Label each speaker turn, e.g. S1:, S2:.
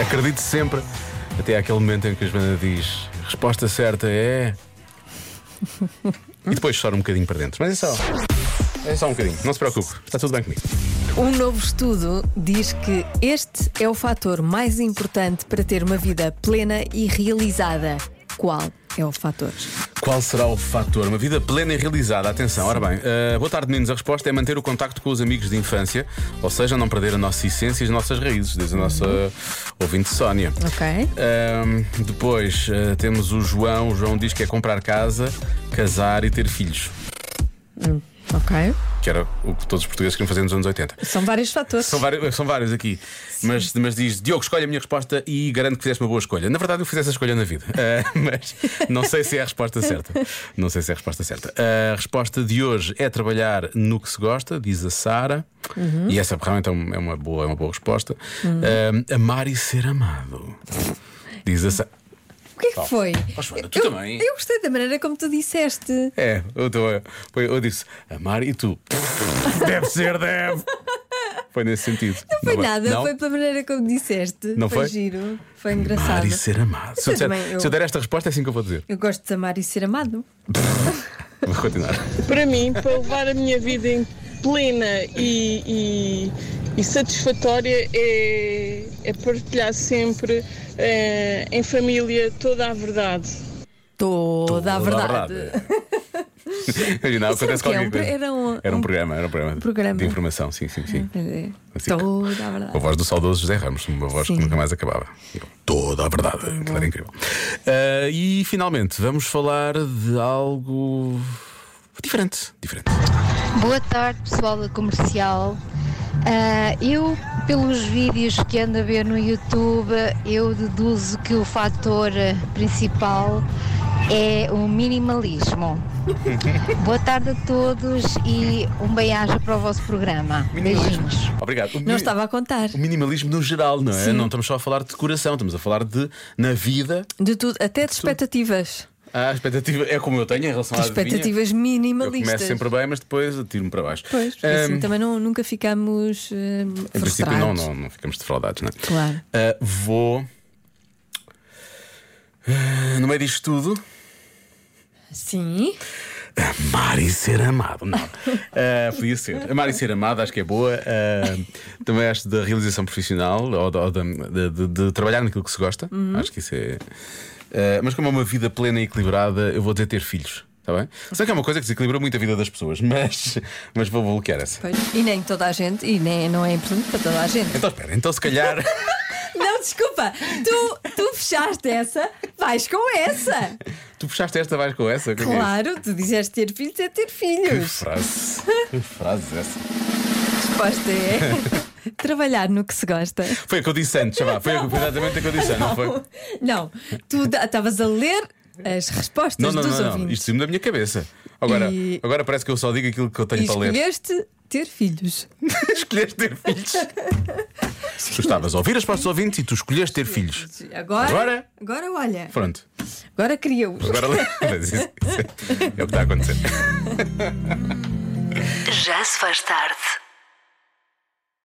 S1: Acredite sempre, até àquele momento em que a Joana diz: resposta certa é. e depois chora um bocadinho para dentro. Mas é só. É só um bocadinho, não se preocupe, está tudo bem comigo.
S2: Um novo estudo diz que este é o fator mais importante para ter uma vida plena e realizada. Qual é o fator?
S1: Qual será o fator? Uma vida plena e realizada. Atenção, ora bem. eh, boa tarde, meninos. A resposta é manter o contacto com os amigos de infância, ou seja, não perder a nossa essência e as nossas raízes, diz a nossa ouvinte Sónia.
S2: Ok.
S1: Ahm, depois eh, temos o João. O João diz que é comprar casa, casar e ter filhos,
S2: Ok.
S1: que era o que todos os portugueses queriam fazer nos anos 80.
S2: São vários fatores.
S1: São vários, são vários aqui. Mas, mas diz: Diogo, escolhe a minha resposta e garanto que fizeste uma boa escolha. Na verdade, eu fiz essa escolha na vida. Ah, mas não sei se é a resposta certa. Não sei se é a resposta certa. A resposta de hoje é trabalhar no que se gosta, diz a Sara.
S2: Uhum.
S1: E essa realmente é um- é uma boa, é uma boa resposta. Ah, amar e ser amado. Diz a Sara.
S2: O que é que foi?
S1: Oh, Joana, tu
S2: eu,
S1: também.
S2: Eu gostei da maneira como tu disseste.
S1: É, eu, tô, foi- eu disse amar e tu. deve ser, deve. Foi nesse sentido.
S2: Não foi
S1: Não é?
S2: nada,
S1: Não?
S2: foi pela maneira como disseste.
S1: Não foi?
S2: giro, foi
S1: Amar
S2: engraçado.
S1: e ser amado. Se eu,
S2: Eu
S1: disser-
S2: também, eu-
S1: se eu der esta resposta, é assim que eu vou dizer.
S2: Eu gosto de amar e ser amado.
S1: Vou continuar.
S3: Para mim, para levar a minha vida em plena e, e- e satisfatória é, é partilhar sempre eh, em família toda a verdade.
S2: Toda a verdade.
S1: Imagina, acontece
S2: Isso era o quê?
S1: qualquer
S2: Um pro-
S1: coisa.
S2: era um-
S1: Era um
S2: um-
S1: programa, era um programa,
S2: programa.
S1: de informação, sim, sim, sim.
S2: É.
S1: Assim.
S2: Toda a verdade.
S1: A voz do saudoso José Ramos, uma voz
S2: Sim.
S1: que nunca mais acabava. Eu, Toda a verdade. Aquilo era incrível. Ah, e finalmente, vamos falar de algo diferente. Diferente.
S4: Boa tarde, pessoal da comercial. Ah, eu, pelos vídeos que ando a ver no YouTube, eu deduzo que o fator eh, principal é o minimalismo. Boa tarde a todos e um beijo para o vosso programa. Beijinhos.
S1: Obrigado. O
S2: Não
S1: mini-
S2: estava a contar.
S1: O minimalismo no geral, não é?
S2: Sim.
S1: Não estamos só a falar de decoração, estamos a falar de na vida.
S2: De tudo, até de expectativas.
S1: A expectativa é como eu tenho em relação à adivinha.
S2: Expectativas
S1: Eu
S2: minimalistas.
S1: começo sempre bem, mas depois atiro-me para baixo.
S2: Pois, porque
S1: Ahm,
S2: assim também não, nunca ficamos eh,
S1: em princípio,
S2: frustrados.
S1: não, não, não ficamos defraudados, não é?
S2: Claro.
S1: Ah, vou. Ah, no meio disto tudo.
S2: Sim,
S1: Amar e ser amado, não. Ah, podia ser. Amar e ser amado, acho que é boa. Ah, também acho da realização profissional ou, da- ou da- de, de- de trabalhar naquilo que se gosta.
S2: Uhum.
S1: Acho que isso é. Ah, mas como é uma vida plena e equilibrada, eu vou dizer ter filhos, está bem? Sei que é uma coisa que desequilibra muito a vida das pessoas, mas, mas vou bloquear essa.
S2: pois. E nem toda a gente, e nem, não é importante para toda a gente.
S1: Então espera, então se calhar.
S2: Não, desculpa, tu, tu fechaste essa, vais com essa.
S1: Tu puxaste esta, vais com essa? O que é que é
S2: Claro, tu disseste ter filhos é ter
S1: isso? Que
S2: filhos.
S1: frase. que frase é essa.
S2: A resposta é trabalhar no que se gosta.
S1: Foi a que eu disse antes, já vá. Foi a- foi exatamente a que eu disse antes, não foi?
S2: Não, tu da- estavas a ler as respostas
S1: Não, não,
S2: dos
S1: não, não.
S2: ouvintes.
S1: Isto saiu da minha cabeça. Agora,
S2: E-
S1: agora parece que eu só digo aquilo que eu tenho
S2: E
S1: é para ler.
S2: escolheste ter filhos.
S1: escolheste ter filhos. tu estavas a ouvir as partes ouvintes e tu escolheste ter filhos.
S2: Agora,
S1: Agora?
S2: agora olha,
S1: Pronto.
S2: agora queria-os.
S1: Agora lê. Mas isso- isso é- é o que está a acontecer.
S5: Já se faz tarde.